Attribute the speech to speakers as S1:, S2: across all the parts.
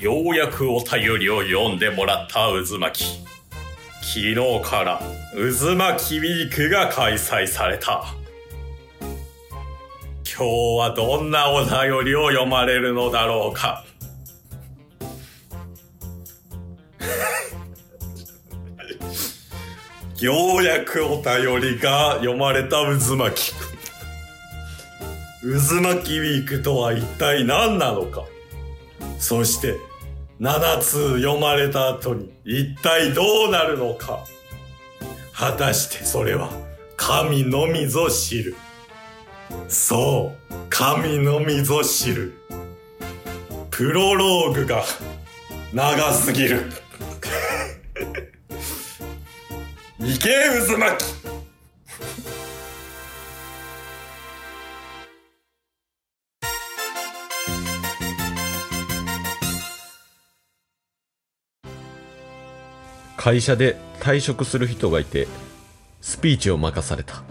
S1: ようやくお便りを読んでもらった渦巻き。昨日から渦巻きウィークが開催された。今日はどんなお便りを読まれるのだろうか。 ようやくお便りが読まれた渦巻き。渦巻きウィークとは一体何なのか。そして、7通読まれた後に一体どうなるのか。果たしてそれは神のみぞ知る。そう、神のみぞ知る。プロローグが長すぎる。 いけ渦巻き
S2: 会社で退職する人がいてスピーチを任された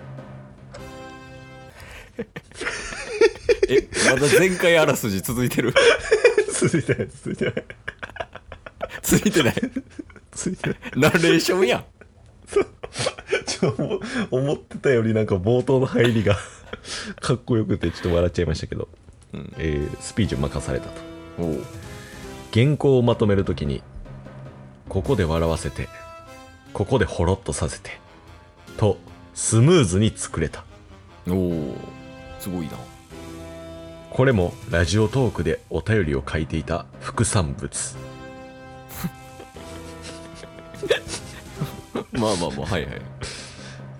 S3: え、まだ前回あらすじ続いてる
S2: 続いてない続いてない
S3: 続いてない。
S2: 続いてない
S3: ナレーションやん。
S2: ちょっと思思ってたよりなんか冒頭の入りが かっこよくてちょっと笑っちゃいましたけど、
S3: うん
S2: えースピーチを任されたと
S3: おう
S2: 原稿をまとめるときにここで笑わせてここでほろっとさせてとスムーズに作れた
S3: おうすごいな。
S2: これもラジオトークでお便りを書いていた副産物
S3: まあまあまあ、はいはい。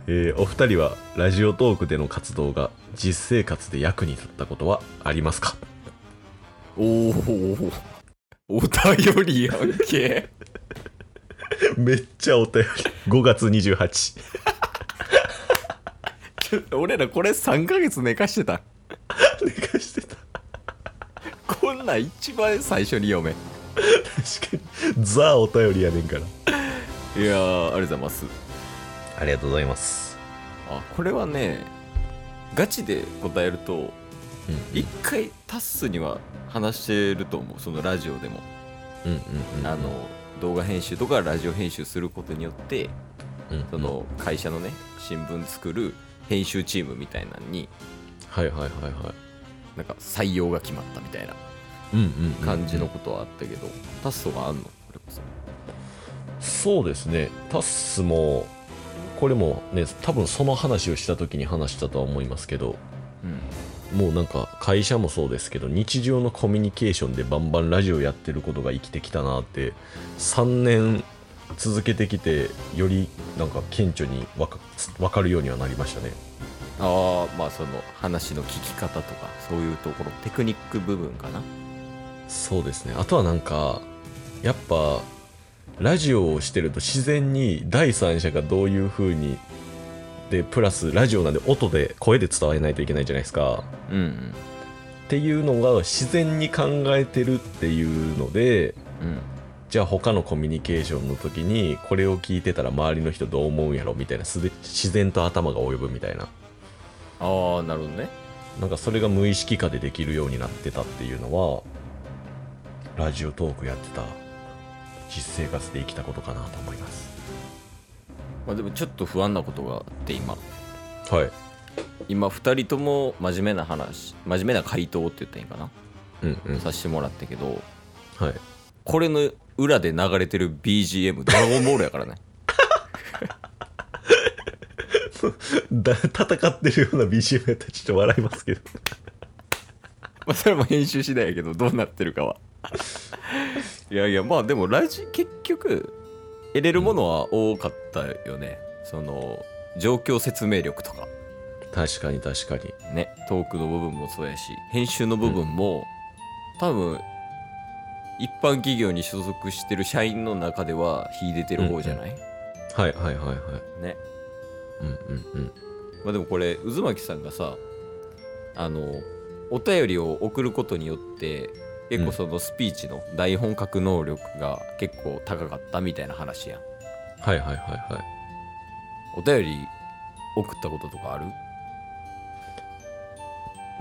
S2: えーお二人はラジオトークでの活動が実生活で役に立ったことはありますか
S3: おおお便りやんけ。
S2: めっちゃお便り5月28
S3: ちょ俺らこれ3ヶ月寝かしてた。
S2: 寝かしてた
S3: こんなん一番最初に読め。
S2: 確かに ザお便りやねんから
S3: いやー、ありがとうございます。
S2: ありがとうございます
S3: あ、これはね、ガチで答えると、
S2: うん
S3: 一回タッスには話してると思う、そのラジオでも。
S2: うんうんうん
S3: あの動画編集とかラジオ編集することによって
S2: うん
S3: その会社のね新聞作る編集チームみたいなのに
S2: はいはいはいは
S3: なんか採用が決まったみたいない
S2: うんうんうん
S3: 感じのことはあったけど、タッソがあんのこれこそ
S2: そうですねタッスもこれもね多分その話をした時に話したとは思いますけど
S3: うん
S2: もうなんか会社もそうですけど日常のコミュニケーションでバンバンラジオやってることが生きてきたなって3年続けてきてよりなんか顕著にわかわかるようにはなりましたね
S3: ああまあその話の聞き方とかそういうところテクニック部分かな
S2: そうですねあとはなんかやっぱラジオをしてると自然に第三者がどういう風にでプラスラジオなんで音で声で伝えないといけないじゃないですか
S3: うんうん
S2: っていうのが自然に考えてるっていうので
S3: うん
S2: じゃあ他のコミュニケーションの時にこれを聞いてたら周りの人どう思うんやろみたいなすで自然と頭が及ぶみたいな
S3: ああなるほどね
S2: なんかそれが無意識化でできるようになってたっていうのはラジオトークやってた実生活で生きたことかなと思います
S3: まあでもちょっと不安なことがあって今
S2: はい
S3: 今2人とも真面目な話真面目な回答って言ったらいいんかな、
S2: うんうん
S3: させてもらったけど
S2: はい
S3: これの裏で流れてる BGM「ドラゴンボール」やからね
S2: だ戦ってるような BGM やったらちょっと笑いますけど
S3: まあそれも編集次第やけどどうなってるかは いやいやまあでもラジ結局得れるものは多かったよね、その状況説明力とか
S2: 確かに確かに
S3: ねトークの部分もそうやし編集の部分も、多分一般企業に所属してる社員の中では秀でてる方じゃない、
S2: はいはいはいはい
S3: ね
S2: うんうんうん
S3: まあ、でもこれ渦巻さんがさあのお便りを送ることによって結構そのスピーチの台本書く能力が結構高かったみたいな話やん
S2: はいはいはいはい
S3: お便り送ったこととかある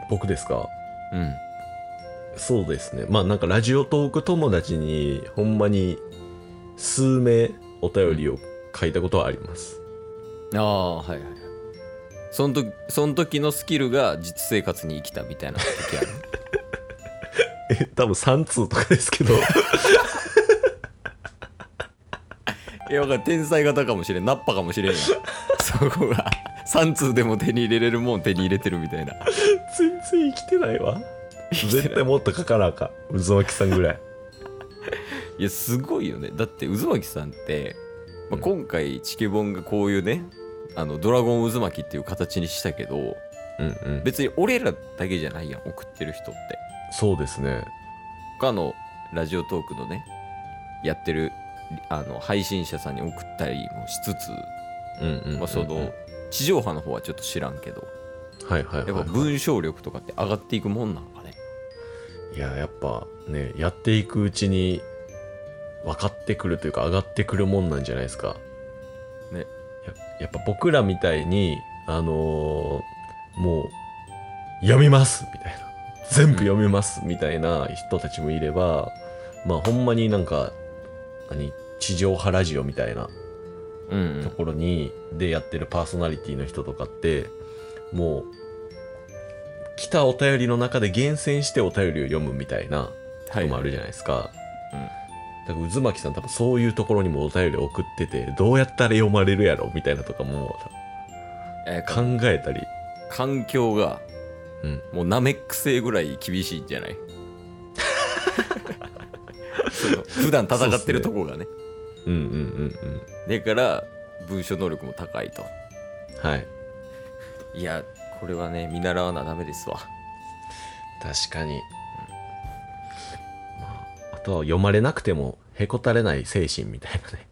S2: 僕ですか
S3: うん。
S2: そうですね。まあなんかラジオトーク友達に、ほんまに数名お便りを書いたことはあります。
S3: ああ、はいはいはい。その時、その時のスキルが実生活に生きたみたいな時ある。
S2: え、多分3通とかですけど。
S3: いや、わかる天才型かもしれん。ナッパかもしれん やん。そこが、3通でも手に入れれるもん手に入れてるみたいな。
S2: 全然生きてないわ。絶対もっと書かなあかん。渦巻さんぐらい。
S3: いや、すごいよね。だって、渦巻さんって、まあ、今回、チケボンがこういうね、あの、ドラゴン渦巻きっていう形にしたけど、
S2: うんうん。
S3: 別に俺らだけじゃないやん、送ってる人って。
S2: そうですね。
S3: 他のラジオトークのね、やってる、あの、配信者さんに送ったりもしつつ、
S2: うんうんうんうん
S3: まあ、その、地上波の方はちょっと知らんけど、
S2: はいはいはい
S3: やっ
S2: は
S3: ぱ
S2: い、
S3: 文章力とかって上がっていくもんなのかね。
S2: いややっぱねやっていくうちに分かってくるというか上がってくるもんなんじゃないですか
S3: ね
S2: ややっぱ僕らみたいにあのーもう読みますみたいな全部読みますみたいな人たちもいれば、まあほんまになんか何地上波ラジオみたいな
S3: うん、
S2: ところに、でやってるパーソナリティの人とかってもう来たお便りの中で厳選してお便りを読むみたいな
S3: は
S2: のもあるじゃないですか、だから渦巻さん多分そういうところにもお便り送っててどうやったら読まれるやろみたいなとかも
S3: えーか
S2: 考えたり
S3: 環境が、
S2: うん
S3: もうナメック星ぐらい厳しいんじゃない その普段戦ってるとこがね
S2: うんうんうん
S3: だから文章能力も高いと
S2: うんはい
S3: いやこれはね見習わなダメですわ
S2: 確かに、まあ、あとは読まれなくてもへこたれない精神みたいなね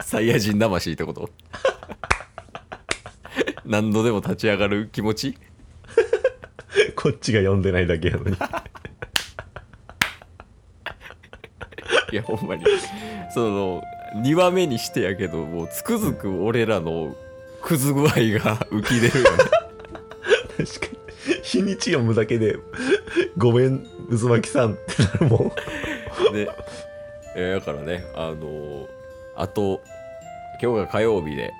S3: サイヤ人魂ってこと 何度でも立ち上がる気持ち
S2: こっちが読んでないだけやのに
S3: いやほんまにその2話目にしてやけどもうつくづく俺らのくず具合が浮き出るよね
S2: 確かに日にち読むだけで「ごめん渦巻さん」ってなるもん
S3: で、えーだからね、あのーあと、今日が火曜日で、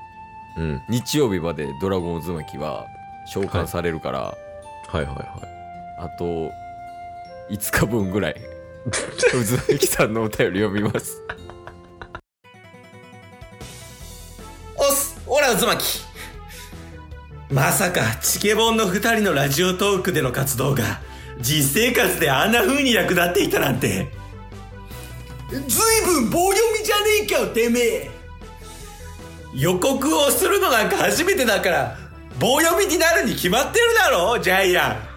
S2: うん
S3: 日曜日までドラゴン渦巻きは召喚されるから、
S2: はいはいは
S3: あと、5日分ぐらい、渦巻きさんのお便り読みます。
S1: おっすオラ渦巻きまさかチケボンの2人のラジオトークでの活動が実生活であんな風に役立っていたなんてずいぶん棒読みじゃねえかよてめえ予告をするのなんか初めてだから棒読みになるに決まってるだろジャイアン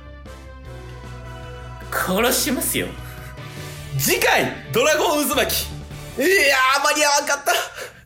S1: 殺しますよ次回「ドラゴン渦巻き」いやー間に合わんかった